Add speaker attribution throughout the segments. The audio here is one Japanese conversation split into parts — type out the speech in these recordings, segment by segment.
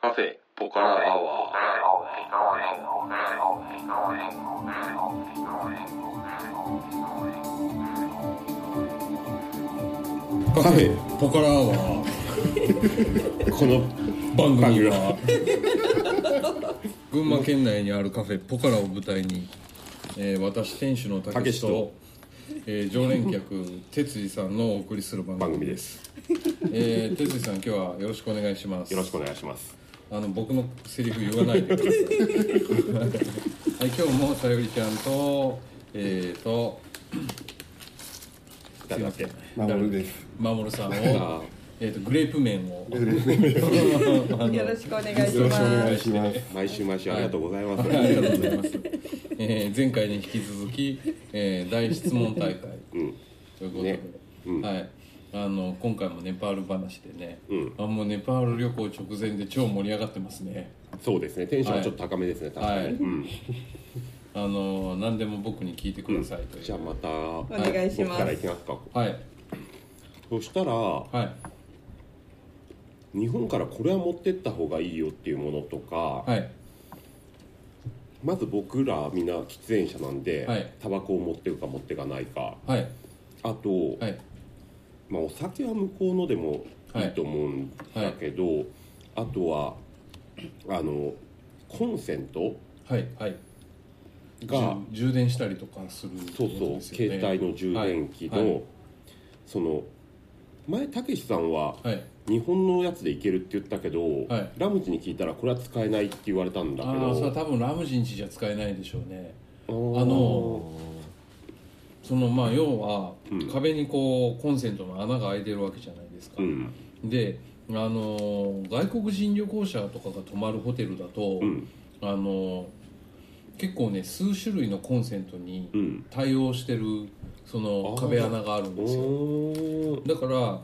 Speaker 1: カフェポカラアワー
Speaker 2: カフェポカラアワーこの番組は 群馬県内にあるカフェポカラを舞台に、えー私店主のたけしと、えー常連客哲司さんのお送りする番組
Speaker 3: 番組です
Speaker 2: えー哲司さん今日はよろしくお願いします
Speaker 3: よろしくお願いします
Speaker 2: あの僕のセリフ言わないでください、はい、今日もさゆりちゃんとえー、とすいません
Speaker 3: 守です
Speaker 2: 守さんを
Speaker 3: あ
Speaker 2: えー、とグレープ麺を
Speaker 4: よろしくお願いし
Speaker 3: よろしくお
Speaker 4: ま
Speaker 3: 願い
Speaker 4: す。
Speaker 3: します毎週毎週ありがとうございます、
Speaker 2: ありがとうございます。えー前回に引き続き、えー大質問大会
Speaker 3: うん
Speaker 2: ということで、
Speaker 3: ねうん
Speaker 2: はい。あの今回もネパール話でね、
Speaker 3: うん
Speaker 2: あもうネパール旅行直前で超盛り上がってますね。
Speaker 3: そうですねテンションちょっと高めですね、確かに、
Speaker 2: はい
Speaker 3: うん、
Speaker 2: あの何でも僕に聞いてくださいという。
Speaker 3: じゃあまたお
Speaker 4: お願いし
Speaker 3: 僕
Speaker 4: ま
Speaker 3: からい
Speaker 4: す。
Speaker 3: きますか
Speaker 2: はい
Speaker 3: そしたら
Speaker 2: はい
Speaker 3: 日本からこれは持ってった方がいいよっていうものとか、
Speaker 2: はい
Speaker 3: まず僕らみんな喫煙者なんで、
Speaker 2: はい
Speaker 3: タバコを持ってるか持っていかないか
Speaker 2: はい
Speaker 3: あと、
Speaker 2: はい
Speaker 3: まあ、お酒は向こうのでもいいと思うんだけど、あとはあのコンセント
Speaker 2: はいはい。
Speaker 3: が
Speaker 2: じゅ充電したりとかする
Speaker 3: そうそう、携帯の充電器の、
Speaker 2: はいはい
Speaker 3: その前たけしさんは
Speaker 2: 帯。はい
Speaker 3: 日本のやつでいけるって言ったけど、
Speaker 2: はい
Speaker 3: ラムチに聞いたらこれは使えないって言われたんだ
Speaker 2: あ
Speaker 3: け
Speaker 2: あそれは
Speaker 3: ど
Speaker 2: 多分ラムジンチじゃ使えないでしょうね。あ
Speaker 3: あ
Speaker 2: のそのまあ要は
Speaker 3: うん
Speaker 2: 壁にこうコンセントの穴が開いてるわけじゃないですか、
Speaker 3: うん
Speaker 2: であのー外国人旅行者とかが泊まるホテルだと、
Speaker 3: うん
Speaker 2: あのー結構ね数種類のコンセントに
Speaker 3: うん
Speaker 2: 対応してるその
Speaker 3: あー
Speaker 2: 壁穴があるん
Speaker 3: お
Speaker 2: ですよ
Speaker 3: ー
Speaker 2: だから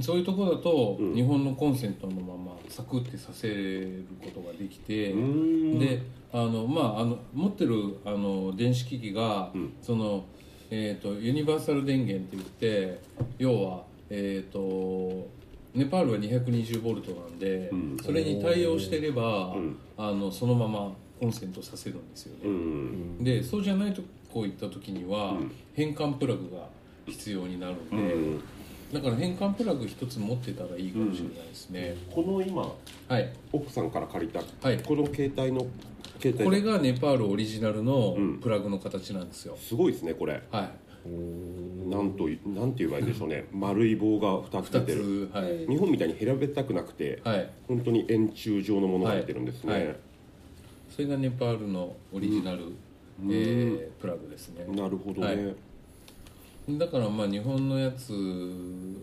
Speaker 2: そういうところだと、
Speaker 3: うん
Speaker 2: 日本のコンセントのままサクってさせることができて、
Speaker 3: うん
Speaker 2: であのまああの持ってるあの電子機器が、
Speaker 3: うん
Speaker 2: そのえー、とユニバーサル電源って言って要はえっ、とネパールは220ボルトなんで、
Speaker 3: うん
Speaker 2: それに対応してれば、
Speaker 3: うん
Speaker 2: あのそのままコンセントさせるんですよ
Speaker 3: う
Speaker 2: ね、
Speaker 3: ん
Speaker 2: でそうじゃないとこういった時には、
Speaker 3: うん
Speaker 2: 変換プラグが必要になるんで、
Speaker 3: うん
Speaker 2: だから変換プラグ一つ持ってたらいいかもしれないですね、
Speaker 3: この今
Speaker 2: はい
Speaker 3: 奥さんから借りた、
Speaker 2: はい
Speaker 3: この携帯の携帯
Speaker 2: これがネパールオリジナルの
Speaker 3: うん
Speaker 2: プラグの形なんですよ、
Speaker 3: すごいですねこれ
Speaker 2: はい
Speaker 3: なんといなんて言えばいいんでしょうね丸い棒が2つ出
Speaker 2: 2
Speaker 3: てる
Speaker 2: つはい、
Speaker 3: 日本みたいに平べったくなくて
Speaker 2: はい、
Speaker 3: 本当に円柱状のものが出てるんですね、
Speaker 2: はいはいそれがネパールのオリジナル、えープラグですね
Speaker 3: なるほどね、
Speaker 2: はいだからまあ日本のやつ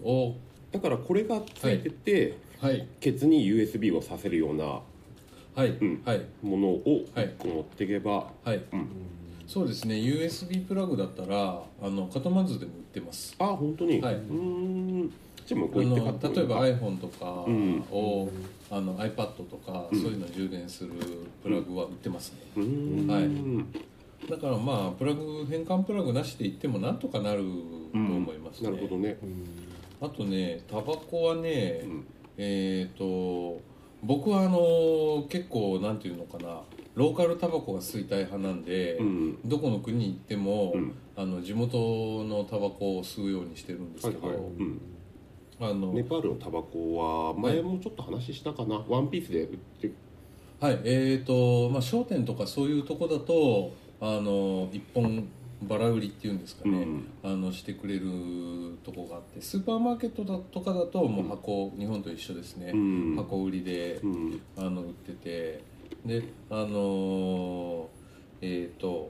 Speaker 2: を
Speaker 3: だからこれがついて
Speaker 2: は
Speaker 3: て、
Speaker 2: い
Speaker 3: ケツに USB をさせるような
Speaker 2: はい、
Speaker 3: ん
Speaker 2: はい
Speaker 3: ものを
Speaker 2: はい
Speaker 3: 1個持っていけば、
Speaker 2: はい、
Speaker 3: うん
Speaker 2: そうですね USB プラグだったらあのカトマンズでも売ってます
Speaker 3: あ本当に、
Speaker 2: はいう
Speaker 3: ーんじゃあもう
Speaker 2: あ
Speaker 3: こう言って買って
Speaker 2: の例えば
Speaker 3: え
Speaker 2: iPhone とか
Speaker 3: うん
Speaker 2: を、あの iPad とか、そういうの充電するプラグは売ってますね、
Speaker 3: うーん、
Speaker 2: はいだからまあプラグ変換プラグなしでいってもなんとかなると思いますね、
Speaker 3: なるほどね、
Speaker 2: あとねタバコはね、
Speaker 3: うん
Speaker 2: えっ、と僕はあの結構なんていうのかなローカルタバコが吸いたい派なんで、
Speaker 3: うん
Speaker 2: どこの国に行っても、
Speaker 3: うん
Speaker 2: あの地元のタバコを吸うようにしてるんですけど、
Speaker 3: はいはいうん
Speaker 2: あの
Speaker 3: ネパールのタバコは前もちょっと話したかな、ワンピースで売って
Speaker 2: はいえーとまあ、商店とかそういうとこだとあの一本バラ売りっていうんですかね、
Speaker 3: うん
Speaker 2: あのしてくれるとこがあってスーパーマーケットだとかだともう箱、日本と一緒ですね、
Speaker 3: うん
Speaker 2: 箱売りで
Speaker 3: うん
Speaker 2: あの売っててであのーえっ、と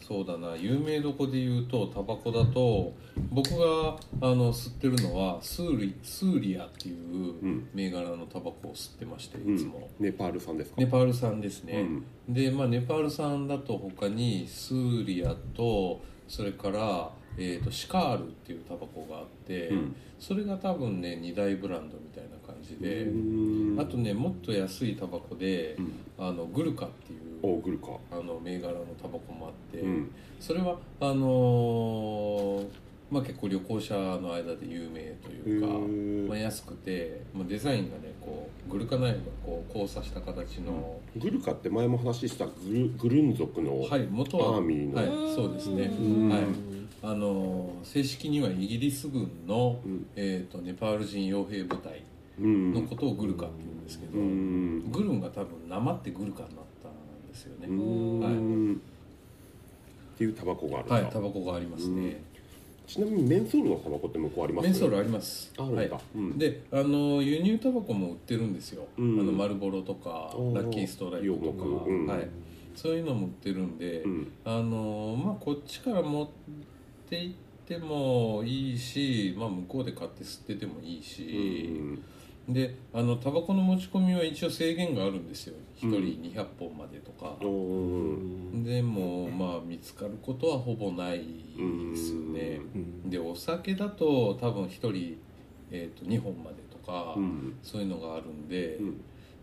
Speaker 2: そうだな有名どこで言うとタバコだと僕があの吸ってるのはスーリスーリアっていう
Speaker 3: うん
Speaker 2: 銘柄のタバコを吸ってまして
Speaker 3: うん
Speaker 2: いつも、
Speaker 3: ネパール産ですか
Speaker 2: ネパール産ですね、
Speaker 3: うん
Speaker 2: で、まあ、ネパール産だと他にスーリアとそれから、えー、とシカールっていうタバコがあって、
Speaker 3: うん
Speaker 2: それが多分ね2大ブランドみたいな感じで、
Speaker 3: うん
Speaker 2: あとねもっと安いタバコで、
Speaker 3: うん
Speaker 2: あのグルカっていう
Speaker 3: おグルカ
Speaker 2: あの銘柄のタバコもあって、
Speaker 3: うん
Speaker 2: それはあのーまあ、結構旅行者の間で有名という
Speaker 3: へー
Speaker 2: か、まあ、安くて、まあ、デザインがねこうグルカナイフがこう交差した形の、
Speaker 3: グルカって前も話したグルグルン族の、
Speaker 2: はい元は
Speaker 3: アーミーの
Speaker 2: はい、そうですね
Speaker 4: うん
Speaker 2: はいあの正式にはイギリス軍の、
Speaker 3: うん
Speaker 2: えー、とネパール人傭兵部隊
Speaker 3: うん
Speaker 2: のことをグルカって言うんですけど、
Speaker 3: うん
Speaker 2: グルンが多分生ってグルカになったんですよね、
Speaker 3: うん
Speaker 2: はい
Speaker 3: っていうタバコがあるんだ、
Speaker 2: はいタバコがありますね、
Speaker 3: ちなみにメンソールのタバコって向こうあります
Speaker 2: メンソールあります
Speaker 3: あるんだ、
Speaker 2: はい
Speaker 3: うん、
Speaker 2: であの輸入タバコも売ってるんですよ、
Speaker 3: うん
Speaker 2: あのマルボロとか
Speaker 3: おー
Speaker 2: ラッキーストライクとか、
Speaker 3: 洋服うん
Speaker 2: はい、そういうのも売ってるんで、
Speaker 3: うん
Speaker 2: あのまあこっちから持って行ってもいいし、まあ、向こうで買って吸っててもいいし、であのタバコの持ち込みは一応制限があるんですよ1
Speaker 3: うん
Speaker 2: 人200本までとか、
Speaker 3: うん
Speaker 2: でもまあ見つかることはほぼないですよね、でお酒だと多分1人、えー、と2本までとか、
Speaker 3: うん
Speaker 2: そういうのがあるんで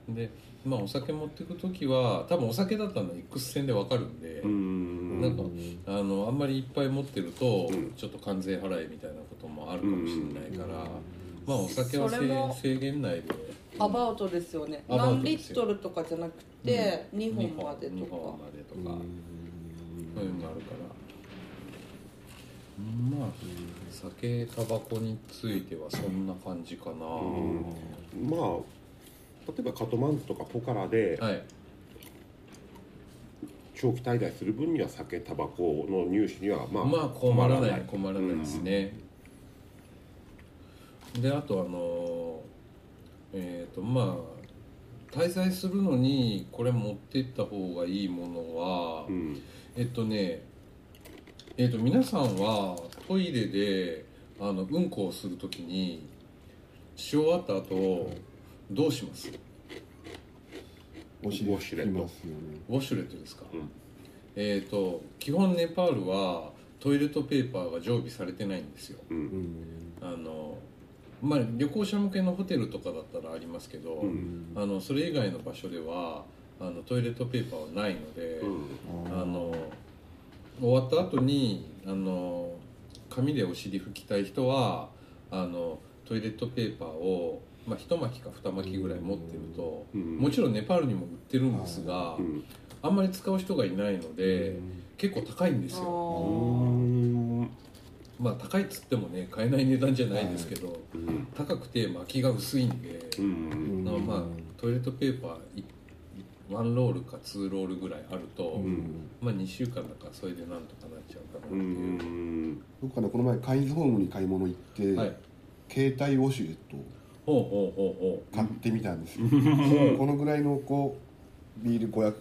Speaker 3: う、ん
Speaker 2: で、まあ、お酒持ってく時は多分お酒だったら X 線でわかるんで、
Speaker 3: うん
Speaker 2: なんかあのあんまりいっぱい持ってると、
Speaker 3: うん
Speaker 2: ちょっと関税払いみたいなこともあるかもしれないから、まあお酒は
Speaker 4: それも
Speaker 2: 制制限内で
Speaker 4: アバウトですよね
Speaker 2: アバウト
Speaker 4: 何リ
Speaker 2: です
Speaker 4: ッ
Speaker 2: よ
Speaker 4: トルとかじゃなくて2
Speaker 2: 二
Speaker 4: 本までと
Speaker 2: 二
Speaker 4: か
Speaker 2: 本までとか、そういうのがあるからまあ酒タバコについてはそんな感じかな、
Speaker 3: んまあ例えばカトマンズとかポカラで
Speaker 2: はい
Speaker 3: 長期滞在する分には酒タバコの入手にはまあ、
Speaker 2: まあ困らない困らないですね、であとあのえっ、とまあ滞在するのにこれ持ってった方がいいものは、
Speaker 3: うん
Speaker 2: えっとねえっと皆さんはトイレであのうんこをするときにし終わった後どうします
Speaker 5: お尻
Speaker 3: ウォシュレット
Speaker 5: いますよね
Speaker 2: ウォシュレットですか、
Speaker 3: うん
Speaker 2: えっと基本ネパールはトイレットペーパーが常備されてないんですよ
Speaker 3: う
Speaker 5: うんん
Speaker 2: あのまあ旅行者向けのホテルとかだったらありますけど、
Speaker 3: うん
Speaker 2: あのそれ以外の場所ではあのトイレットペーパーはないので、
Speaker 3: うん
Speaker 2: あの終わった後にあの紙でお尻拭きたい人はあのトイレットペーパーを、まあ、1巻きか2巻きぐらい持ってると、
Speaker 3: うん
Speaker 2: もちろんネパールにも売ってるんですが、
Speaker 3: うん
Speaker 2: あんまり使う人がいないので、結構高いんです
Speaker 4: あ
Speaker 2: よ。
Speaker 3: う
Speaker 4: ー
Speaker 3: ん
Speaker 2: まあ高いっつってもね買えない値段じゃないですけど、
Speaker 3: うん
Speaker 2: 高くて巻きが薄いんで、
Speaker 3: うん
Speaker 2: のまあトイレットペーパーいワンロールかツーロールぐらいあると、
Speaker 5: うん
Speaker 2: まあ2週間だからそれでなんとかなっちゃうかなって
Speaker 3: う
Speaker 2: いう、
Speaker 3: ん
Speaker 5: 僕はねこの前カインズホームに買い物行って、
Speaker 2: はい
Speaker 5: 携帯ウォシュレットを
Speaker 2: ほうほうほうほ
Speaker 5: 買ってみたんですよ、 このぐらいのこうビール500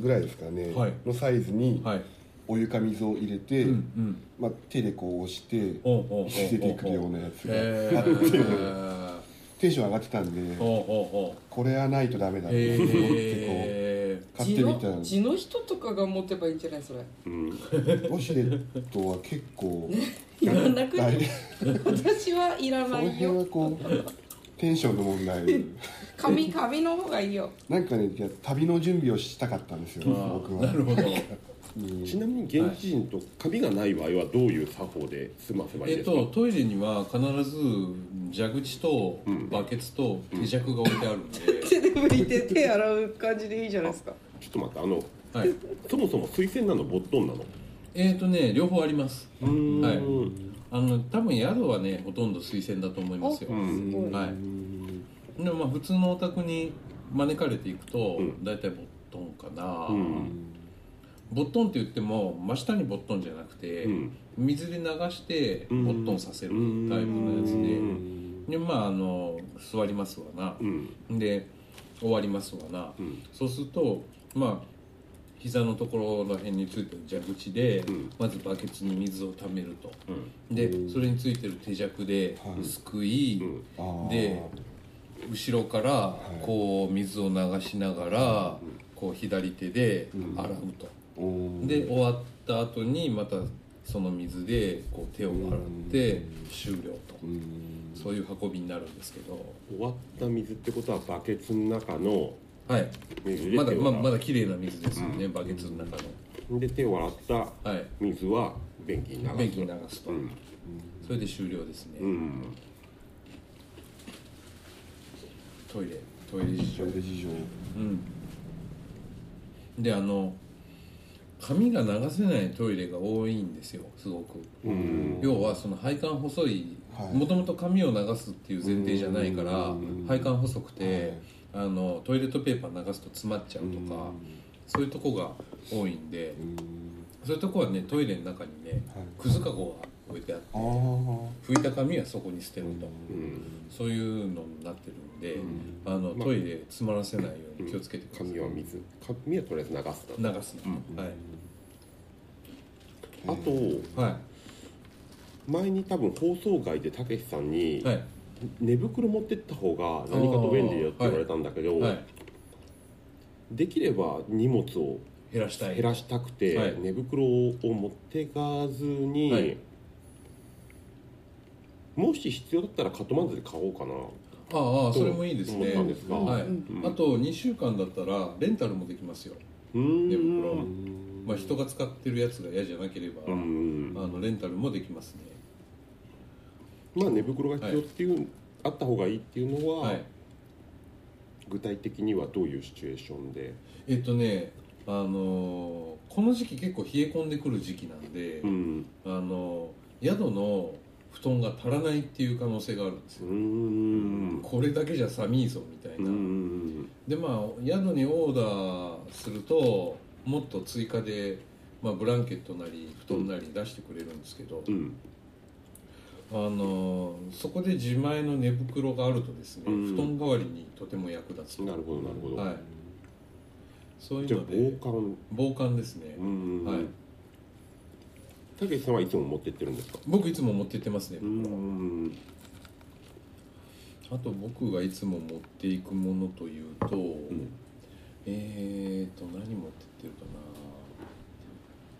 Speaker 5: ぐらいですかね、
Speaker 2: はい
Speaker 5: のサイズに
Speaker 2: うはい
Speaker 5: お湯か水を入れて、
Speaker 2: うんうん
Speaker 5: まあ、手でこう押して
Speaker 2: ほうほうほうほう
Speaker 5: 出てくるようなやつが
Speaker 2: へ
Speaker 5: あって、
Speaker 2: ー
Speaker 5: テンション上がってたんで、
Speaker 2: ほうほ
Speaker 5: これはないとダメ
Speaker 2: うほ
Speaker 5: だ
Speaker 2: う
Speaker 5: と思って
Speaker 2: へ
Speaker 5: こう買ってみたらウ
Speaker 4: 地の地の人とかが持てばいいんじゃないそれ
Speaker 3: うん
Speaker 5: ォシュレットは結構
Speaker 4: いらなく
Speaker 5: 大
Speaker 4: ない
Speaker 5: 変
Speaker 4: 私はいら
Speaker 5: その
Speaker 4: ない
Speaker 5: 辺
Speaker 4: よ
Speaker 5: はこうテンションの問題
Speaker 4: 紙紙の方がいいよ
Speaker 5: なんかねいや旅の準備をしたかったんですよ
Speaker 2: ーあ
Speaker 5: 僕
Speaker 2: ー
Speaker 5: は
Speaker 2: なるほど
Speaker 5: うん
Speaker 3: ちなみに現地人とカビがない場合はどういう作法で済ませばいい
Speaker 2: え
Speaker 3: で
Speaker 2: っ
Speaker 3: すか、
Speaker 2: とトイレには必ず蛇口とバケツと手尺が置いてあるんで、
Speaker 4: 手で拭いて手洗う感じでいいじゃないですか
Speaker 3: ちょっと待ってあの
Speaker 2: はい
Speaker 3: そもそも水洗なのボットンなの
Speaker 2: えっ、とね両方あります
Speaker 3: うーん
Speaker 2: はいあの多分宿はねほとんど推薦だと思いますよ、
Speaker 3: う
Speaker 4: す
Speaker 3: ん
Speaker 4: ごい、
Speaker 2: はいでもまあ普通のお宅に招かれていくと、
Speaker 3: うん
Speaker 2: 大体ボットンかな、
Speaker 3: うん
Speaker 2: ボットンって言っても真下にボットンじゃなくて、
Speaker 3: うん
Speaker 2: 水で流してボ
Speaker 3: うん
Speaker 2: ットンさせるタイプのやつ
Speaker 3: う
Speaker 2: で、
Speaker 3: ん
Speaker 2: でまああの座りますわな
Speaker 3: う、ん
Speaker 2: で終わりますわな、
Speaker 3: うん
Speaker 2: そうするとまあ膝のところら辺についてる蛇口で、
Speaker 3: うん
Speaker 2: まずバケツに水をためると
Speaker 3: うん
Speaker 2: でそれについてる手尺で
Speaker 5: はい
Speaker 2: すくい、
Speaker 3: うん
Speaker 5: あー
Speaker 2: で後ろからこう水を流しながらこう左手で洗うと、
Speaker 5: うん
Speaker 2: で終わった後にまたその水でこう手を洗って終了と、
Speaker 5: うん
Speaker 2: そういう運びになるんですけど
Speaker 3: 終わった水ってことはバケツの中の
Speaker 2: はい
Speaker 3: 水で
Speaker 2: まだ
Speaker 3: 手を
Speaker 2: ま
Speaker 3: 洗う
Speaker 2: まだ綺麗な水ですよね、バケツの中の
Speaker 3: で手を洗った
Speaker 2: はい
Speaker 3: 水は便器に流す
Speaker 2: 便器に流すと、
Speaker 3: うん
Speaker 2: それで終了ですね、
Speaker 3: うん
Speaker 2: トイレトイレ事
Speaker 5: そ
Speaker 2: 情
Speaker 5: れで事情
Speaker 2: うんであの髪が流せないトイレが多いんですよすごく
Speaker 3: うん
Speaker 2: 要はその配管細い
Speaker 5: はい
Speaker 2: もともと髪を流すっていう前提じゃないから
Speaker 5: うん
Speaker 2: 配管細くて、あのトイレットペーパー流すと詰まっちゃうとかそういうとこが多いんで
Speaker 5: うん
Speaker 2: そういうとこはねトイレの中にね
Speaker 5: はい
Speaker 2: くずかごが置いてあって
Speaker 5: ああ
Speaker 2: 拭いた髪はそこに捨てると
Speaker 3: うん
Speaker 2: そういうのになってるんで
Speaker 5: ん
Speaker 2: あの
Speaker 3: まあ
Speaker 2: トイレ詰まらせないように気をつけてください
Speaker 3: 髪は水髪はとりあえず流すと
Speaker 2: 流すのはい
Speaker 3: あと
Speaker 2: は
Speaker 3: 前に多分放送外でたけしさんに
Speaker 2: いはい
Speaker 3: 寝袋持ってった方が何かと便利だよって言われたんだけど、
Speaker 2: はい
Speaker 3: できれば荷物を
Speaker 2: 減らしたい
Speaker 3: 減らしたくて、
Speaker 2: はい
Speaker 3: 寝袋を持ってかずに、
Speaker 2: はい
Speaker 3: もし必要だったらカットマンズで買おうかな
Speaker 2: ああそれもいいです
Speaker 3: 思っ
Speaker 2: ね
Speaker 3: たんですが、
Speaker 2: はい
Speaker 3: うん
Speaker 2: あと2週間だったらレンタルもできますよ、
Speaker 3: うーん
Speaker 2: 寝袋まあ、人が使ってるやつが嫌じゃなければ、
Speaker 3: うん
Speaker 2: あのレンタルもできますね
Speaker 3: まあ寝袋が必要っていう、あった方がいいっていうのは、
Speaker 2: はい
Speaker 3: 具体的にはどういうシチュエーションで、
Speaker 2: えっとねあのーこの時期結構冷え込んでくる時期なんで、
Speaker 3: うん
Speaker 2: あのー宿の布団が足らないっていう可能性があるんです
Speaker 3: う
Speaker 2: よ、
Speaker 3: ーん
Speaker 2: これだけじゃ寒いぞみたいうな、
Speaker 3: ん
Speaker 2: でまあ宿にオーダーするともっと追加で、まあ、ブランケットなり布団なり出してくれるんですけど、
Speaker 3: うん
Speaker 2: あのーそこで自前の寝袋があるとですね、
Speaker 3: うん
Speaker 2: 布団代わりにとても役立つと
Speaker 3: なるほどなるほど、
Speaker 2: はい、そうい
Speaker 3: じゃ
Speaker 2: う
Speaker 3: あ
Speaker 2: ので
Speaker 3: 防寒
Speaker 2: 防寒ですね、
Speaker 3: うん
Speaker 2: はい
Speaker 3: たけしさんはいつも持ってってるんですか
Speaker 2: 僕いつも持って行ってますね、
Speaker 3: ん
Speaker 2: あと僕がいつも持っていくものというと、
Speaker 3: ん
Speaker 2: えーと何持ってってるか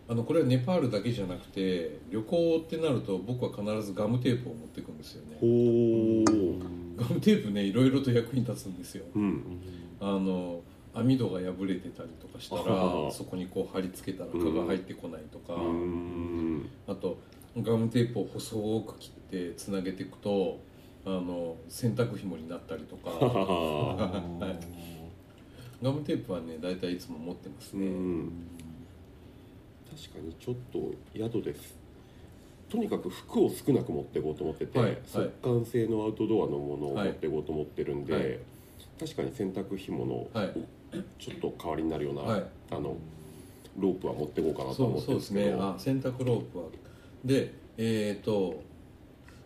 Speaker 2: なあのこれはネパールだけじゃなくて旅行ってなると僕は必ずガムテープを持っていくんですよね
Speaker 3: ほ
Speaker 2: ガムテープねいろいろと役に立つんですよ
Speaker 3: ううん
Speaker 2: あの網戸が破れてたりとかしたら
Speaker 3: あ
Speaker 2: そこにこう貼り付けたら蚊が入ってこないとか、
Speaker 3: うん
Speaker 2: あとガムテープを細く切ってつなげていくとあの洗濯紐になったりと
Speaker 3: は
Speaker 2: か
Speaker 3: はは
Speaker 2: はいガムテープはね大体いつも持ってます
Speaker 3: う
Speaker 2: ね、
Speaker 3: ん確かにちょっと宿ですとにかく服を少なく持っていこうと思ってて、
Speaker 2: はいはい
Speaker 3: 速乾性のアウトドアのものを
Speaker 2: はい
Speaker 3: 持っていこうと思ってるんで、
Speaker 2: はい
Speaker 3: 確かに洗濯紐の
Speaker 2: はい
Speaker 3: ちょっと代わりになるような、
Speaker 2: はい
Speaker 3: あのロープは持っていこうかなと
Speaker 2: そ
Speaker 3: 思
Speaker 2: う
Speaker 3: ってる
Speaker 2: そ
Speaker 3: ん
Speaker 2: う
Speaker 3: で
Speaker 2: ですす
Speaker 3: け
Speaker 2: ね
Speaker 3: ど
Speaker 2: あ洗濯ロープはでえっ、と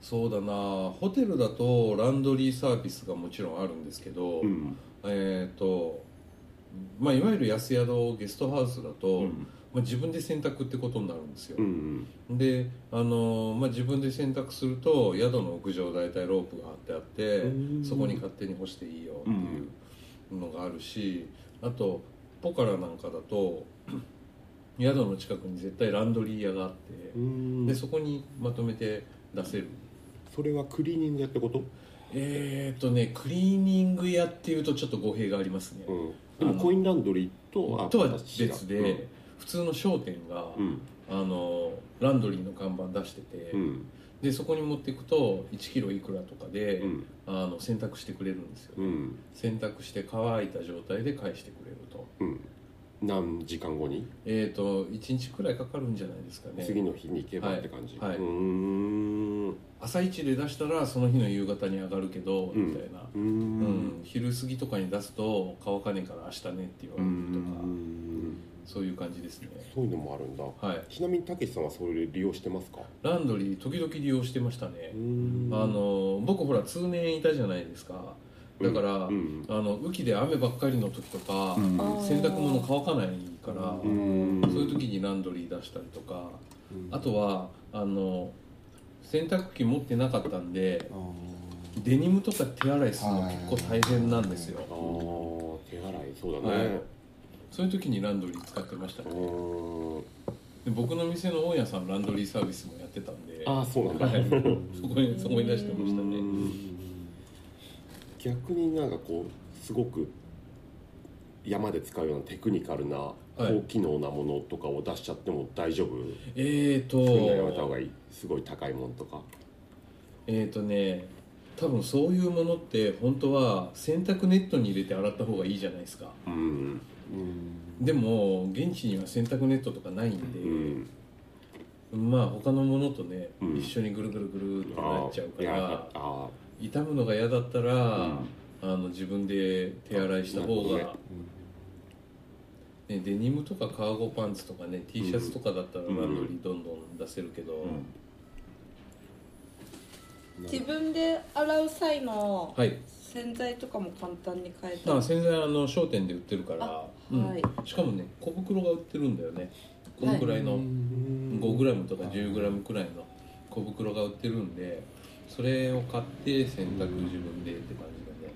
Speaker 2: そうだなホテルだとランドリーサービスがもちろんあるんですけど、
Speaker 3: うん
Speaker 2: えっ、とまあいわゆる安宿ゲストハウスだと、
Speaker 3: うん
Speaker 2: まあ、自分で洗濯ってことになるんですよ
Speaker 3: う、ん
Speaker 2: であの、まあ、自分で洗濯すると宿の屋上大体ロープが張ってあって
Speaker 3: うん
Speaker 2: そこに勝手に干していいよっていうのがあるし、あとポカラなんかだと宿の近くに絶対ランドリー屋があって
Speaker 3: う、ん
Speaker 2: でそこにまとめて出せる
Speaker 3: それはクリーニングやってこと、
Speaker 2: えーっとねクリーニング屋っていうとちょっと語弊がありますね、
Speaker 3: でもコインランドリーとあ
Speaker 2: とは
Speaker 3: 違う
Speaker 2: 別で、普通の商店が、
Speaker 3: うん
Speaker 2: あのランドリーの看板出してて、
Speaker 3: うん
Speaker 2: でそこに持っていくと1キロいくらとかで、
Speaker 3: うん
Speaker 2: あの洗濯してくれるんですよ、
Speaker 3: うん
Speaker 2: 洗濯して乾いた状態で返してくれると
Speaker 3: うん何時間後に、
Speaker 2: えっ、と1日くらいかかるんじゃないですかね
Speaker 3: 次の日に行けばって感じ、
Speaker 2: はいはいう
Speaker 3: ーんう
Speaker 2: 朝一で出したらその日の夕方に上がるけど、
Speaker 3: うん
Speaker 2: みたいな、う
Speaker 3: ー
Speaker 2: んん、昼過ぎとかに出すと乾かねえから明日ねって言わ
Speaker 3: うー
Speaker 2: れるとか、
Speaker 3: ん
Speaker 2: そういう感じですね
Speaker 3: そういうのもあるんだ
Speaker 2: はい
Speaker 3: ちなみにたけしさんはそれ利用してますか
Speaker 2: ランドリー時々利用してましたね
Speaker 3: うー、ん
Speaker 2: あの僕ほら通年いたじゃないですかだから、
Speaker 3: うん
Speaker 2: あの雨季で雨ばっかりの時とか、
Speaker 5: うん
Speaker 4: あー
Speaker 2: 洗濯物乾かないから、
Speaker 3: うーん
Speaker 2: そういう時にランドリー出したりとか、あとはあの洗濯機持ってなかったんで
Speaker 5: あー
Speaker 2: デニムとか手洗いするの結構大変なんですよ
Speaker 3: あー手洗いそうだね、
Speaker 2: はいそういう時にランドリー使ってました
Speaker 3: う
Speaker 2: ね
Speaker 3: ーん
Speaker 2: で僕の店の大家さんランドリーサービスもやってたんで
Speaker 3: ああそうなんだ、
Speaker 2: はい そこにそこに出してました
Speaker 3: う
Speaker 2: ね
Speaker 3: ん逆になんかこうすごく山で使うようなテクニカルな高機能なものとかを出しちゃっても大丈夫、
Speaker 2: えーと
Speaker 3: そういうのやめた方がいいすごい高いものとか
Speaker 2: えっ、ー、とね多分そういうものって本当は洗濯ネットに入れて洗った方がいいじゃないですか
Speaker 3: うん
Speaker 5: うん
Speaker 2: でも現地には洗濯ネットとかないん
Speaker 3: う
Speaker 2: で、
Speaker 3: ん
Speaker 2: まあ他のものとね、
Speaker 3: うん
Speaker 2: 一緒にぐるぐるぐるっとな
Speaker 3: あ
Speaker 2: っちゃう
Speaker 3: あい
Speaker 2: か
Speaker 3: や
Speaker 2: ら
Speaker 3: あ
Speaker 2: 傷むのが嫌だったら、
Speaker 3: あ
Speaker 2: あの自分で手洗いした方
Speaker 3: な
Speaker 2: が、
Speaker 3: るほ
Speaker 2: ねデニムとかカーゴパンツとかね T シャツとかだったら
Speaker 3: うん
Speaker 2: ランドリーどんどん出せるけど、
Speaker 4: 自分で洗う際の
Speaker 2: はい
Speaker 4: 洗剤とかも簡単に変えた
Speaker 2: まあ洗剤あの商店で売ってるから、
Speaker 4: あ
Speaker 2: うん
Speaker 4: はい
Speaker 2: しかもね小袋が売ってるんだよねこのくらいの、5g とか 10g くらいの小袋が売ってるんでそれを買って洗濯自分でって感じだね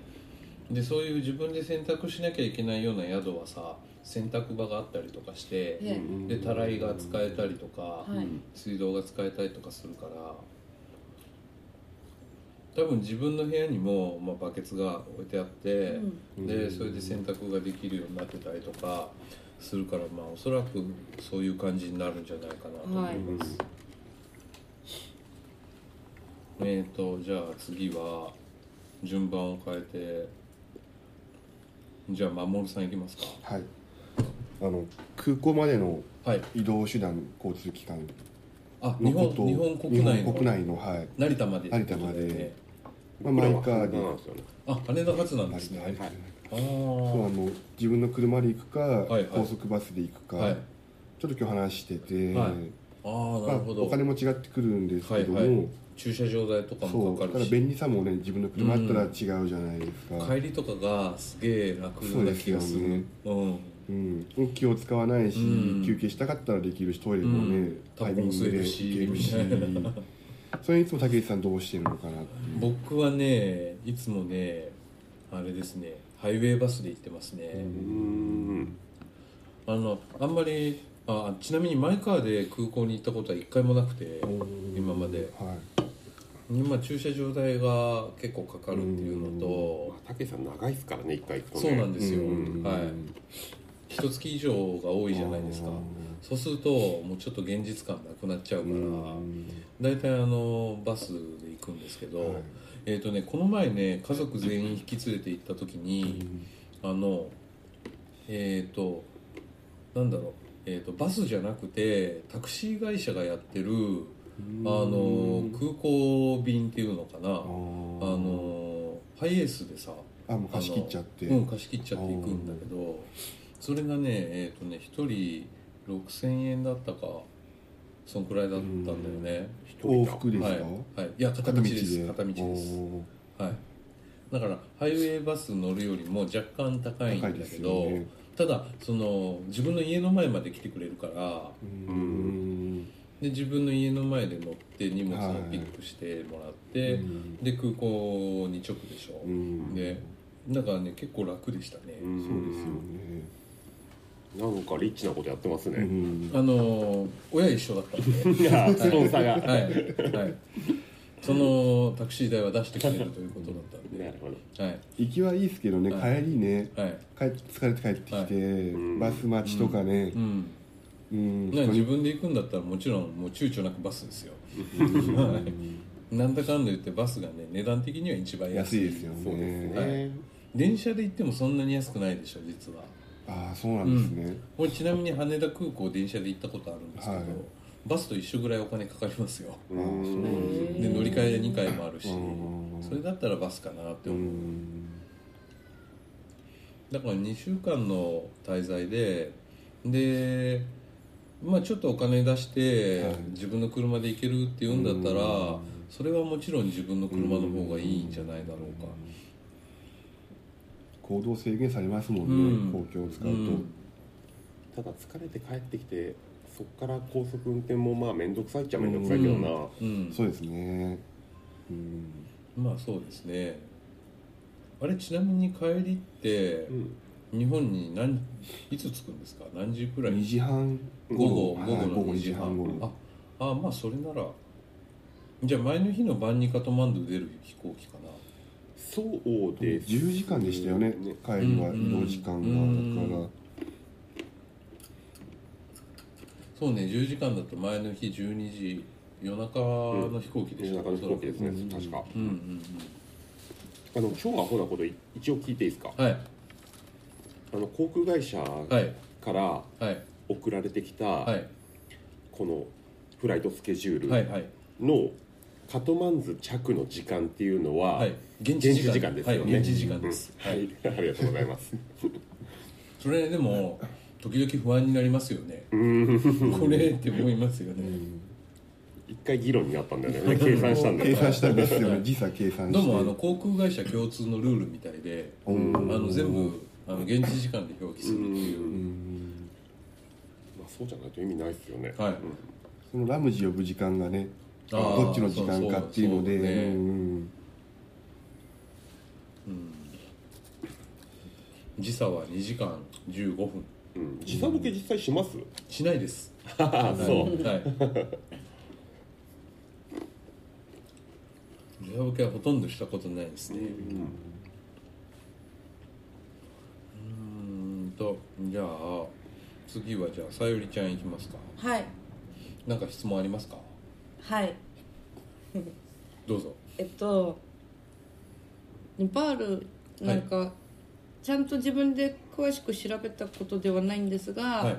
Speaker 2: でそういう自分で洗濯しなきゃいけないような宿はさ洗濯場があったりとかして
Speaker 4: え
Speaker 2: でたらいが使えたりとか
Speaker 4: えはい
Speaker 2: 水道が使えたりとかするから多分自分の部屋にも、まあ、バケツが置いてあって、
Speaker 4: うん
Speaker 2: でそれで洗濯ができるようになってたりとかするからまあおそらくそういう感じになるんじゃないかなと思います、えっ、とじゃあ次は順番を変えてじゃあ守さんいきますか
Speaker 5: はいあの空港までの
Speaker 2: はい
Speaker 5: 移動手段交通機関
Speaker 2: あ
Speaker 5: の
Speaker 2: 日本
Speaker 5: こと
Speaker 2: 日本国内
Speaker 5: 日
Speaker 2: の
Speaker 5: 本国内のはい、
Speaker 2: 成田まで
Speaker 5: 成田まで
Speaker 2: ってことだよね
Speaker 5: まあ、マイカー
Speaker 3: なん
Speaker 5: に
Speaker 3: ですよね
Speaker 2: あ羽田発なんです
Speaker 5: 成田
Speaker 2: ね
Speaker 5: 成田
Speaker 3: はい
Speaker 2: あ
Speaker 5: そうあ
Speaker 2: あ
Speaker 5: の自分の車で行くか、
Speaker 2: はい
Speaker 5: 高速バスで行くか、
Speaker 2: はい
Speaker 5: ちょっと今日話してて、
Speaker 2: はいあー
Speaker 5: ま
Speaker 2: な
Speaker 5: あ
Speaker 2: るほど、
Speaker 5: お金も違ってくるんですけども、
Speaker 2: はいはい駐車場代とか
Speaker 5: そ
Speaker 2: も
Speaker 5: う
Speaker 2: か
Speaker 5: だ
Speaker 2: か
Speaker 5: か
Speaker 2: る
Speaker 5: ら
Speaker 2: し
Speaker 5: 便利さもね自分の車だったら違うじゃないですか、
Speaker 2: 帰りとかがすげえ楽な気がす
Speaker 5: そうですよ
Speaker 2: る
Speaker 5: ね
Speaker 2: うん
Speaker 5: うん、気を使わないし、
Speaker 2: うん
Speaker 5: 休憩したかったらできるしトイレもね、
Speaker 2: うん
Speaker 5: タイミングで行けるし
Speaker 2: タバコも吸え
Speaker 5: それにいつも竹内さんどうしてるのかなっていう
Speaker 2: 僕はねいつもねあれですねハイウェイバスで行ってますね、
Speaker 3: うん
Speaker 2: あのあんまりあちなみにマイカーで空港に行ったことは一回もなくて今まで
Speaker 5: はい
Speaker 2: 今駐車場代が結構かかるっていうの
Speaker 3: ま
Speaker 2: と
Speaker 3: あたけしさん長いですからね一回行くとね
Speaker 2: そうなんですよ、
Speaker 3: うん
Speaker 2: はい一月以上が多いじゃないですかそうするともうちょっと現実感なくなっちゃうから大体あのバスで行くんですけど、
Speaker 5: はい
Speaker 2: えーとね、この前ね家族全員引き連れて行った時に、あのえっ、となんだろう、えー、とバスじゃなくてタクシー会社がやってるあの空港便っていうのかな
Speaker 5: あ
Speaker 2: あ
Speaker 5: ー
Speaker 2: のハイエースでさ
Speaker 5: あもう貸し切っちゃって、
Speaker 2: あのうん貸し切っちゃっていくんだけどそれがねえっ、とね1人6000円だったかそんくらいだったんだよね、
Speaker 5: 往復ですか、
Speaker 2: はい、はい、いや片道
Speaker 5: 片道
Speaker 2: で
Speaker 5: です
Speaker 2: 片道です
Speaker 5: おー
Speaker 2: はい、だからハイウェイバス乗るよりも若干高いんだ
Speaker 5: 高いで
Speaker 2: け
Speaker 5: すよ
Speaker 2: ど、
Speaker 5: ね
Speaker 2: ただその自分の家の前まで来てくれるから
Speaker 5: うん
Speaker 2: で自分の家の前で乗って荷物をピックしてもらって、
Speaker 5: うん
Speaker 2: で空港に直でしょ、
Speaker 5: うん
Speaker 2: でだからね結構楽でしたね、
Speaker 3: うん
Speaker 5: そうですよね
Speaker 3: なんかリッチなことやってます
Speaker 5: う
Speaker 3: ね、
Speaker 5: ん
Speaker 2: あのー親一緒だったんで
Speaker 3: いやスポン サーが、
Speaker 2: はい、はい、そのタクシー代は出してくれるということだったんで
Speaker 3: なるほど
Speaker 2: はい
Speaker 5: 行きはいいですけどね
Speaker 2: は
Speaker 5: 帰りね
Speaker 2: はい
Speaker 5: 帰って疲れて帰ってきて、
Speaker 3: はい
Speaker 5: バス待ちとかね
Speaker 2: う、ん
Speaker 5: うん
Speaker 2: ね
Speaker 5: 人
Speaker 2: 自
Speaker 5: に
Speaker 2: 分で行くんだったらもちろんもう躊躇なくバスですよ
Speaker 5: うん
Speaker 2: なんだかんだ言ってバスがね値段的には一番安
Speaker 5: 安
Speaker 2: い
Speaker 5: いですよ
Speaker 3: そうです
Speaker 5: ね
Speaker 3: ね、
Speaker 2: はい電車で行ってもそんなに安くないでしょ実は
Speaker 5: ああそうなんですね、
Speaker 2: 俺ちなみに羽田空港電車で行ったことあるんですけど、
Speaker 5: はい
Speaker 2: バスと一緒ぐらいお金かかりますよ
Speaker 3: う
Speaker 5: うんん
Speaker 2: で乗り換え2回もあるし
Speaker 5: うん
Speaker 2: それだったらバスかなって
Speaker 5: う
Speaker 2: 思う、
Speaker 5: ん
Speaker 2: だから2週間の滞在ででまあちょっとお金出して
Speaker 5: はい
Speaker 2: 自分の車で行けるっていうんだったら、
Speaker 5: うん
Speaker 2: それはもちろん自分の車の方がいいんじゃないだろうか、
Speaker 5: 行動制限されますもんね、
Speaker 2: うん
Speaker 5: 公共を使うと、
Speaker 2: うん
Speaker 3: ただ疲れて帰ってきてそこから高速運転もまあ面倒くさいっちゃ面倒くさいけどな、
Speaker 2: うん、
Speaker 5: そうですねうん
Speaker 2: まあそうですねあれちなみに帰りって
Speaker 3: うん
Speaker 2: 日本に何いつ着くんですか何時くらい
Speaker 5: 2時半
Speaker 2: 午後午後
Speaker 5: はい午
Speaker 2: の
Speaker 5: 後
Speaker 2: 2
Speaker 5: 2
Speaker 2: 時
Speaker 5: 時
Speaker 2: 半
Speaker 5: 半頃
Speaker 2: ああまあそれならじゃあ前の日の晩にカトマンド出る飛行機かな
Speaker 3: そうです
Speaker 5: 10時間でしたよね帰りは
Speaker 2: う
Speaker 5: 移
Speaker 2: ん
Speaker 5: 動時間
Speaker 2: うん
Speaker 5: がだから
Speaker 2: そうね10時間だと前の日12時夜中の飛行機でし
Speaker 3: 夜
Speaker 2: ょ、
Speaker 3: 中の飛行機ですね、
Speaker 5: うん
Speaker 3: 確か
Speaker 2: うんうん
Speaker 3: あの超アホなことい一応聞いていいですか
Speaker 2: うんはい
Speaker 3: あの航空会社
Speaker 2: はい
Speaker 3: から
Speaker 2: はい
Speaker 3: 送られてきた、
Speaker 2: はい
Speaker 3: このフライトスケジュー
Speaker 2: はい
Speaker 3: ル
Speaker 2: はい
Speaker 3: のカトマンズ着の時間っていうのは、
Speaker 2: はい現
Speaker 3: 現地時間ですよね、
Speaker 2: はい、現地時間です、
Speaker 3: うんはい、ありがとうございます
Speaker 2: それでも時々不安になりますよね
Speaker 3: うん
Speaker 2: これって思いますよね
Speaker 3: 一回議論になったんだよね計算したんだよ ね
Speaker 5: 計算したんですよね時差計算して
Speaker 2: どうもあの航空会社共通のルールみたいで
Speaker 5: う
Speaker 2: あ
Speaker 5: ん
Speaker 2: の全部あの現地時間で表記するっていうう
Speaker 3: まあ、そうじゃないと意味ないですよね、
Speaker 2: はい
Speaker 3: うん
Speaker 5: そのラムジ呼ぶ時間がね
Speaker 2: あー
Speaker 5: どっちの時間かっていうので
Speaker 2: そうそうね
Speaker 5: うん
Speaker 2: うん時差は2時間15分
Speaker 3: うん、時差ボケ実際します、
Speaker 2: しないです
Speaker 3: ああそう
Speaker 2: はい時差ボケはほとんどしたことないですねうんとじゃあ次はじゃあさゆりちゃんいきますか
Speaker 4: はい
Speaker 2: なんか質問ありますか
Speaker 4: はい
Speaker 2: どうぞ
Speaker 4: えっとネパールなんか、ちゃんと自分で詳しく調べたことではないんですが、
Speaker 2: はい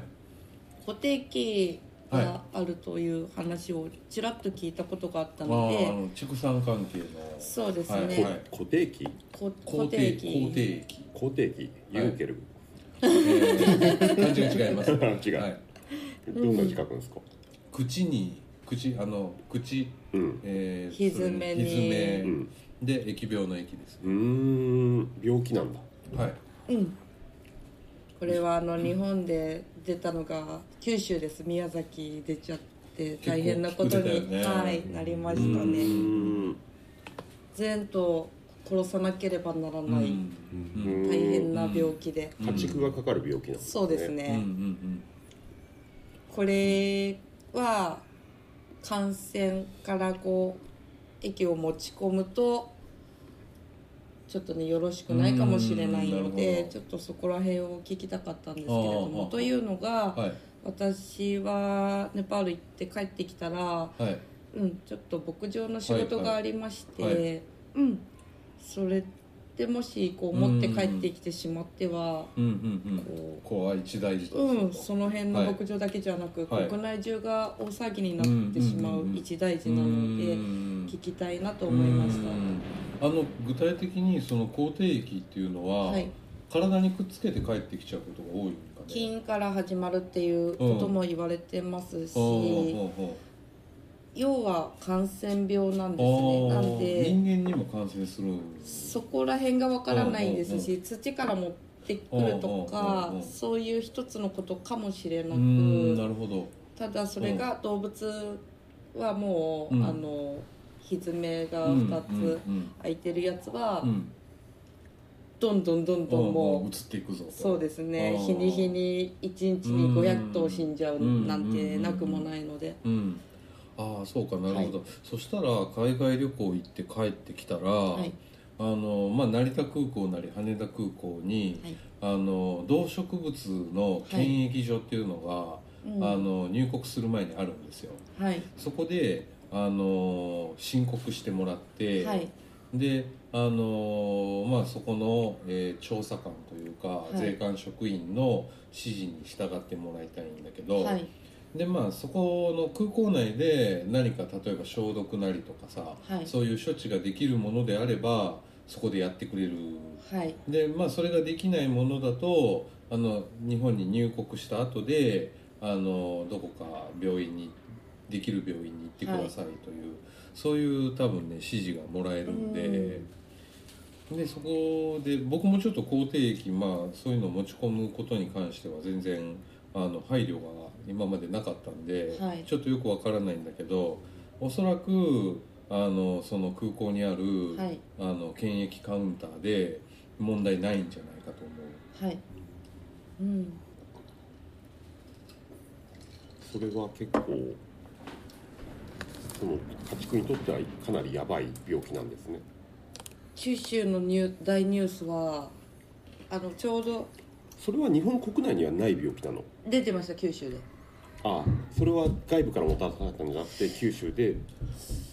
Speaker 4: 固定期があるという話をちらっと聞いたことがあった
Speaker 2: あ
Speaker 4: ので、
Speaker 2: ーあの畜産関係の
Speaker 4: そうです
Speaker 2: は
Speaker 4: ね、
Speaker 2: いはい
Speaker 3: こ固定期
Speaker 4: こ固
Speaker 2: 肯
Speaker 4: 定
Speaker 2: 定
Speaker 4: 期
Speaker 2: 肯定期
Speaker 3: 固定期ユーケル、
Speaker 2: えー感じが違います、
Speaker 3: 違う
Speaker 2: はい、
Speaker 3: どんな字書くんですか、
Speaker 2: 口に口あの口、
Speaker 3: うん
Speaker 2: えー
Speaker 4: ひずめに
Speaker 2: ひずめ
Speaker 3: うん
Speaker 2: で疫病の疫です
Speaker 3: うーん病気なんだ
Speaker 2: はい
Speaker 4: うんこれはあの日本で出たのが九州です宮崎出ちゃって大変なこと
Speaker 2: 結構
Speaker 4: に、
Speaker 2: 出たよね
Speaker 4: はい、なりま
Speaker 2: う
Speaker 4: した
Speaker 3: う
Speaker 4: ね
Speaker 3: ん
Speaker 4: 全と殺さなければなら
Speaker 2: うん
Speaker 4: ない、
Speaker 3: うん
Speaker 4: 大変な病気で、
Speaker 2: うん
Speaker 3: 家畜がかかる病気なんだ、
Speaker 4: そうです
Speaker 2: う
Speaker 4: ね、
Speaker 2: んうん
Speaker 4: これは感染からこう液を持ち込むとちょっとねよろしくないかもしれないの
Speaker 2: うんなる
Speaker 4: で
Speaker 2: ほど
Speaker 4: ちょっとそこら辺を聞きたかったんですけれど
Speaker 2: あああ
Speaker 4: も
Speaker 2: あ
Speaker 4: というのが
Speaker 2: はい
Speaker 4: 私はネパール行って帰ってきたら、
Speaker 2: はい
Speaker 4: うん、ちょっと牧場の仕事がありまして、
Speaker 2: はいはい
Speaker 4: うんそれでもしこう持って帰ってきてしまっては。
Speaker 2: うんうん
Speaker 4: こう
Speaker 2: うん怖い一大事
Speaker 4: うん、その辺の牧場だけじゃなく、
Speaker 2: はい
Speaker 4: 国内中が大騒ぎになってしまう一大事なので、聞きたいなと
Speaker 2: と
Speaker 4: 思いました、
Speaker 2: あの具体的にその抗体液っていうのは、
Speaker 4: はい、
Speaker 2: 体にくっつけて帰ってきちゃうことが多いんかね
Speaker 4: 金から始まるっていうことも言われてますし、
Speaker 2: ほうほうほうほう
Speaker 4: 要は感染病なんですね
Speaker 2: あ
Speaker 4: な
Speaker 2: あ
Speaker 4: んで
Speaker 2: 人間にも感染するんです
Speaker 4: そこら辺がわからないですし、土から持ってくるとか
Speaker 2: うんうんうんうん
Speaker 4: そういう一つのことかもしれな
Speaker 2: う
Speaker 4: く
Speaker 2: ーんなるほど
Speaker 4: ただそれが動物はもう、
Speaker 2: うん
Speaker 4: あのひずめが
Speaker 2: うん
Speaker 4: 2つ。
Speaker 2: うん
Speaker 4: 空いてるやつは、
Speaker 2: うん
Speaker 4: どんどんどんどん
Speaker 2: うん
Speaker 4: も
Speaker 2: 移っていくぞ
Speaker 4: うそうですね
Speaker 2: あー
Speaker 4: 日に日に1日に500頭死んじゃうなんて
Speaker 2: うん
Speaker 4: なくもないので
Speaker 2: うん、ああそうかなるほど、そしたら海外旅行行って帰ってきたら、
Speaker 4: はい
Speaker 2: あのまあ、成田空港なり羽田空港に、
Speaker 4: はい
Speaker 2: あの動植物の検疫所っていうのが、
Speaker 4: うん
Speaker 2: あの入国する前にあるんですよ
Speaker 4: はい
Speaker 2: そこであの申告してもらって、
Speaker 4: はい
Speaker 2: であのまあ、そこの、えー調査官というか、
Speaker 4: い
Speaker 2: 税関職員の指示に従ってもらいたいんだけど、
Speaker 4: はい
Speaker 2: でまあそこの空港内で何か例えば消毒なりとかさ、
Speaker 4: はい
Speaker 2: そういう処置ができるものであればそこでやってくれる
Speaker 4: はい
Speaker 2: でまあそれができないものだとあの日本に入国した後であのどこか病院にできる病院に行ってくださいという、そういう多分ね指示がもらえるんで。でそこで僕もちょっと肯定液、まあ、そういうのを持ち込むことに関しては全然あの配慮が今までなかったんで、
Speaker 4: はい
Speaker 2: ちょっとよくわからないんだけどおそらくあのその空港にある、
Speaker 4: はい
Speaker 2: あの検疫カウンターで問題ないんじゃないかと思う
Speaker 4: はいうん
Speaker 3: それは結構その家畜にとってはかなりやばい病気なんですね
Speaker 4: 九州のニュー大ニュースはあのちょうど
Speaker 3: それは日本国内にはない病気なの
Speaker 4: 出てました九州で
Speaker 3: あそれは外部からもたらされたんじゃなくて九州で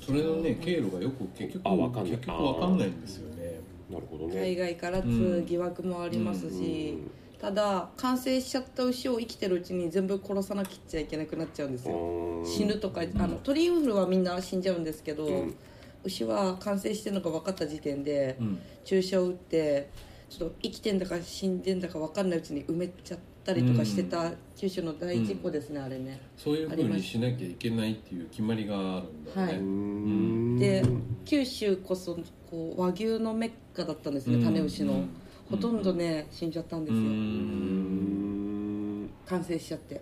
Speaker 2: それのね経路がよく結局
Speaker 3: あわかんない
Speaker 2: 結局わかんないんですよね
Speaker 3: なるほどね
Speaker 4: 海外からつう疑惑もありますし、ただ完成しちゃった牛を生きてるうちに全部殺さなきゃいけなくなっちゃうんですよ
Speaker 3: うん
Speaker 4: 死ぬとか、あの鳥インフルはみんな死んじゃうんですけど、
Speaker 3: うん
Speaker 4: 牛は完成してるのが分かった時点で、
Speaker 2: うん
Speaker 4: 注射を打ってちょっと生きてんだか死んでんだか分かんないうちに埋めちゃったりとかしてた九州の大事故ですね、あれね
Speaker 2: そういうふうにしなきゃいけないっていう決まりがあるんだよね、
Speaker 4: はいう
Speaker 3: ーん
Speaker 4: で九州こそこう和牛のメッカだったんですね、
Speaker 2: うん
Speaker 4: 種牛の、
Speaker 2: うん
Speaker 4: ほとんどね死んじゃったんで
Speaker 2: う
Speaker 4: すよ、
Speaker 3: うー
Speaker 2: ん
Speaker 3: ん
Speaker 4: 完成しちゃって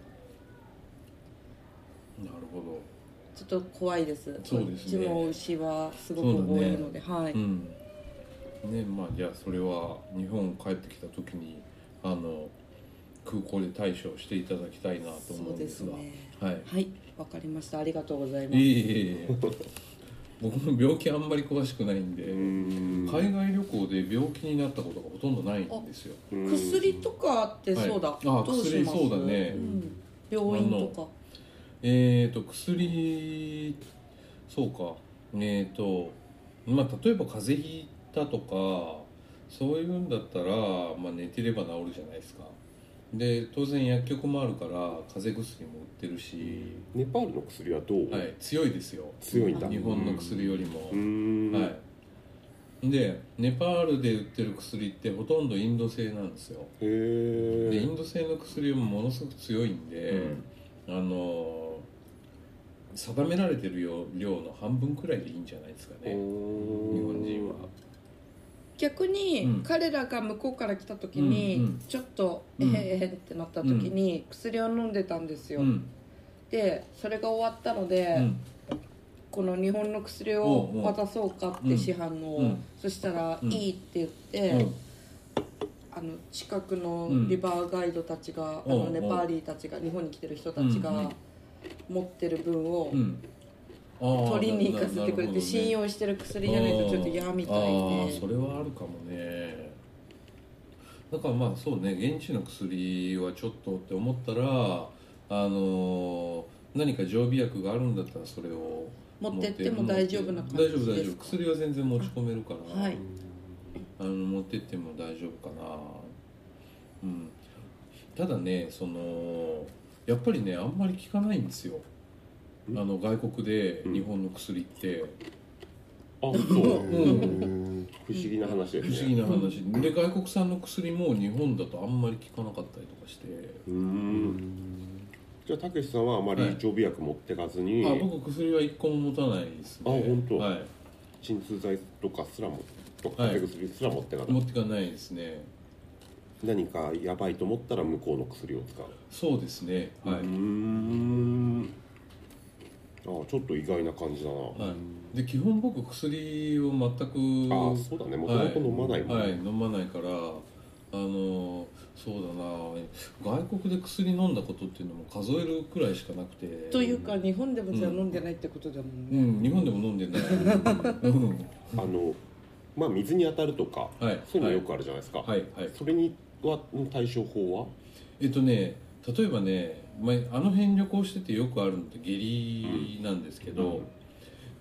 Speaker 2: なるほど
Speaker 4: ちょっと怖いです
Speaker 2: そうですね
Speaker 4: こっちも牛はすごく多いので、はい、
Speaker 2: うんねまあじゃあそれは日本帰ってきた時にあの空港で対処していただきたいなと思うんですが
Speaker 4: そうですね
Speaker 2: はい
Speaker 4: はいわかりましたありがとうございます、
Speaker 2: いえいえいえ僕も病気あんまり詳しくないん
Speaker 3: うー
Speaker 2: で
Speaker 3: ん
Speaker 2: 海外旅行で病気になったことがほとんどないんですよ
Speaker 3: うん
Speaker 4: 薬とかってそうだ、
Speaker 2: はいあ
Speaker 4: どうします
Speaker 2: 薬そうだね
Speaker 4: ん病院とか
Speaker 2: えー、と薬そうかえー、とまあ例えば風邪ひいたとかそういうんだったら、まあ、寝てれば治るじゃないですかで当然薬局もあるから風邪薬も売ってるし、
Speaker 3: ネパールの薬はどう、
Speaker 2: はい、強いですよ
Speaker 3: 強いんだ
Speaker 2: 日本の薬よりも、
Speaker 3: うーん
Speaker 2: はいでネパールで売ってる薬ってほとんどインド製なんですよ
Speaker 3: へー
Speaker 2: でインド製の薬もものすごく強いんで、あの定められてる量量の半分くらいでいいんじゃないですかね日本人は
Speaker 4: 逆
Speaker 2: う
Speaker 4: に
Speaker 2: ん
Speaker 4: 彼らが向こうから来た時
Speaker 2: うんう
Speaker 4: に
Speaker 2: ん
Speaker 4: ちょっと「
Speaker 2: う
Speaker 4: え
Speaker 2: ん
Speaker 4: へへへ」ってなった時に薬を飲んでたんですよ、
Speaker 2: うん
Speaker 4: でそれが終わったので、
Speaker 2: うん
Speaker 4: この日本の薬
Speaker 2: お
Speaker 4: を
Speaker 2: うおう
Speaker 4: 渡そうかって市販の、
Speaker 2: うん
Speaker 4: そしたら「
Speaker 2: うん
Speaker 4: いい」って言って、あの近くのリバーガイドたちが、
Speaker 2: うん
Speaker 4: あ
Speaker 2: おうお
Speaker 4: の
Speaker 2: う
Speaker 4: ネパーリーたちが日本に来てる人たち
Speaker 2: うんう
Speaker 4: が
Speaker 2: ん
Speaker 4: 持ってる分を
Speaker 2: うんうん
Speaker 4: 取りに行かせてくれて信
Speaker 2: し
Speaker 4: 用してる薬じゃないとちょっと嫌みたいで
Speaker 2: それはあるかもねだからまあそうね現地の薬はちょっとって思ったらあの何か常備薬があるんだったらそれを
Speaker 4: 持ってっても大丈夫な感じ
Speaker 2: 大丈夫大
Speaker 4: で
Speaker 2: 丈
Speaker 4: す
Speaker 2: 夫
Speaker 4: か
Speaker 2: 薬は全然持ち込めるから、
Speaker 4: はい
Speaker 2: あの持ってっても大丈夫かなうんただねそのやっぱりねあんまり効かないんですよあ
Speaker 3: ん
Speaker 2: の外国で
Speaker 3: うん
Speaker 2: 日本の薬って
Speaker 3: あそう
Speaker 5: うん
Speaker 3: 不思議な話です
Speaker 2: 不
Speaker 3: ね
Speaker 2: 思議な話で外国産の薬も日本だとあんまり効かなかったりとかして
Speaker 3: うーんじゃあたけしさんはあまり常備薬持ってかずに、
Speaker 2: あ僕薬は一個も持たないですね
Speaker 3: あ本当
Speaker 2: はい
Speaker 3: 鎮痛剤とかすらもとか
Speaker 2: はい
Speaker 3: 手薬すら持ってかない、
Speaker 2: 持ってかないですね
Speaker 3: 何かやばいと思ったら向こうの薬を使う
Speaker 2: そうですねはいう
Speaker 3: ー、んああちょっと意外な感じだな、
Speaker 2: はい、で基本僕薬を全く
Speaker 3: ああそうだねもともと飲まないもん、
Speaker 2: はい、飲まないからあのそうだな外国で薬飲んだことっていうのも数えるくらいしかなくて
Speaker 4: というか日本でもじゃあ飲んでないってことだもん
Speaker 2: う
Speaker 4: ね、
Speaker 2: ん日本でも飲んで ない、うん、
Speaker 3: あのまあ水に当たるとか、
Speaker 2: はい
Speaker 3: そういうのよくあるじゃないですか、
Speaker 2: はいはい
Speaker 3: それにはの対処法は
Speaker 2: えっとね例えばね前あの辺旅行しててよくあるのって下痢なんですけど、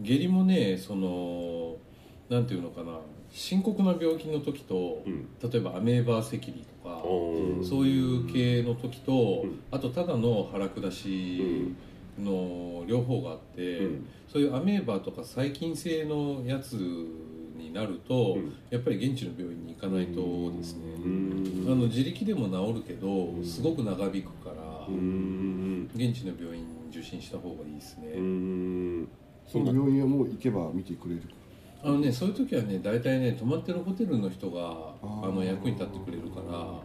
Speaker 2: 下痢もねそのなんていうのかな深刻な病気の時と、
Speaker 3: うん
Speaker 2: 例えばアメーバー赤痢とか、
Speaker 3: うん
Speaker 2: そういう系の時と、
Speaker 3: うん
Speaker 2: あとただの腹下
Speaker 3: う
Speaker 2: し
Speaker 3: ん
Speaker 2: の両方があって、
Speaker 3: うん
Speaker 2: そういうアメーバとか細菌性のやつになると、
Speaker 3: うん
Speaker 2: やっぱり現地の病院に行かないとですね、
Speaker 3: うん
Speaker 2: あの自力でも治るけど、
Speaker 3: ん
Speaker 2: すごく長引くから、
Speaker 3: うん
Speaker 2: 現地の病院受診した方がいいですね、
Speaker 3: うん
Speaker 5: その病院はもう行けば見てくれる
Speaker 2: あのねそういう時はね大体ね泊まってるホテルの人が
Speaker 5: あ
Speaker 2: あ
Speaker 5: ー
Speaker 2: の役に立ってくれるか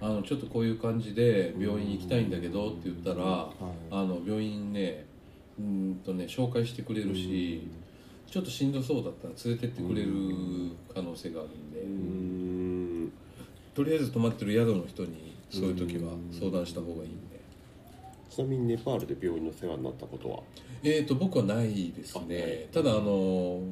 Speaker 2: らあのちょっとこういう感じで病院行きたいんだけどって言ったら
Speaker 5: はい
Speaker 2: あの病院ねうーんとね紹介してくれるしちょっとしんどそうだったら連れてってくれる可能性があるんで
Speaker 3: うん
Speaker 2: とりあえず泊まってる宿の人にそういう時は相談した方がいいんで
Speaker 3: ちなみにネパールで病院の世話になったことは
Speaker 2: えーと僕はないですねただあの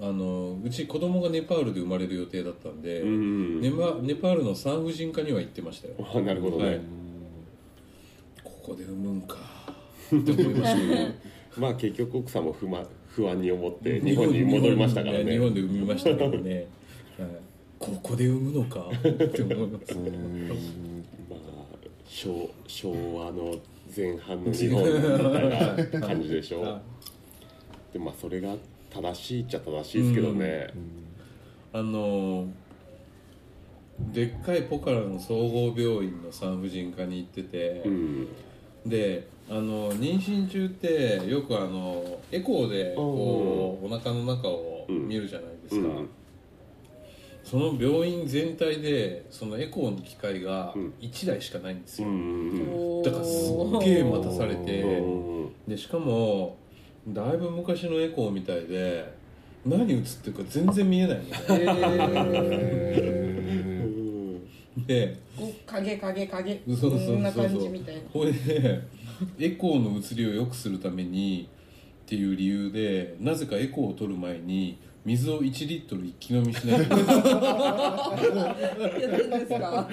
Speaker 2: あのうち子供がネパールで生まれる予定だったんで、
Speaker 3: ん
Speaker 2: ネパネパールの産婦人科には行ってましたよ
Speaker 3: あなるほどね、
Speaker 2: はいここで産むんかって思いましたけど
Speaker 3: まあ結局奥さんも不,、ま、不安に思って日本に戻りましたからね
Speaker 2: 日本で産みましたけどね、はい、ここで産むのかって思いますね
Speaker 3: まあ昭昭和の前半の日本みたいな感じでし ょ、
Speaker 2: は
Speaker 3: でまあそれが正しいっちゃ正しいですけどね、
Speaker 2: あのーでっかいポカラの総合病院の産婦人科に行ってて、
Speaker 3: うん
Speaker 2: であの妊娠中ってよくあのエコーでこうお腹の中を見るじゃないですか、
Speaker 3: うん
Speaker 2: その病院全体でそのエコーの機械が
Speaker 3: うん
Speaker 2: 1台しかないんです
Speaker 3: う
Speaker 2: よ、
Speaker 3: ん
Speaker 2: だからすっげえ待たされ
Speaker 3: う
Speaker 2: て
Speaker 3: ん
Speaker 2: でしかもだいぶ昔のエコーみたいで何映ってるか全然見えないみたいな
Speaker 5: え
Speaker 2: で
Speaker 4: こう影影影
Speaker 2: そうそうそうそう
Speaker 4: こんな感じみたいな
Speaker 2: これでエコーの移りを良くするためにっていう理由でなぜかエコーを取る前に水を1リットル一気飲みし ないと
Speaker 4: やってんですか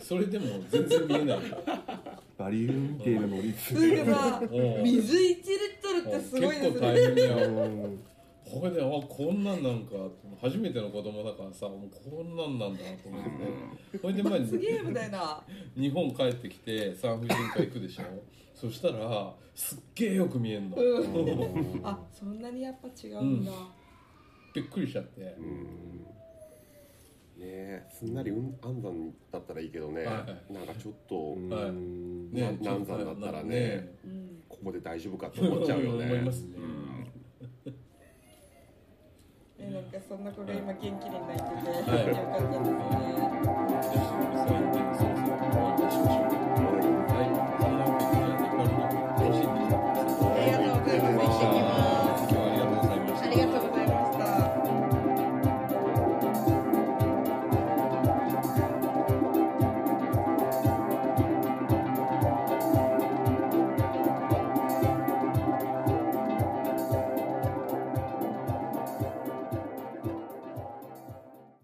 Speaker 2: それでも全然見え ない
Speaker 5: バリウムみたいなノリ
Speaker 4: すぐだ水1リットルってすごいで
Speaker 2: 結
Speaker 4: す
Speaker 2: 構大
Speaker 4: ね
Speaker 2: 変だよ
Speaker 5: うん
Speaker 2: これであこんなんなんか初めての子供だからさもうこんなんなんだと思ってそれで前に
Speaker 4: 罰ゲームみたいな
Speaker 2: 日本帰ってきて産婦人科行く でしょそしたらすっげえよく見えんの
Speaker 4: うんあそんなにやっぱ違うんだ、
Speaker 2: びっくりしちゃって
Speaker 3: うんねえすんなりうん安産だったらいいけどね、
Speaker 2: は
Speaker 3: なんかちょっと、
Speaker 2: はい
Speaker 3: ね
Speaker 2: ね
Speaker 3: 難産だったらね
Speaker 4: うん、
Speaker 3: ここで大丈夫かって思っちゃうよね
Speaker 2: 思いますね
Speaker 4: えなんかそんなこれ今元気に泣いてて、
Speaker 2: はい
Speaker 4: よかったです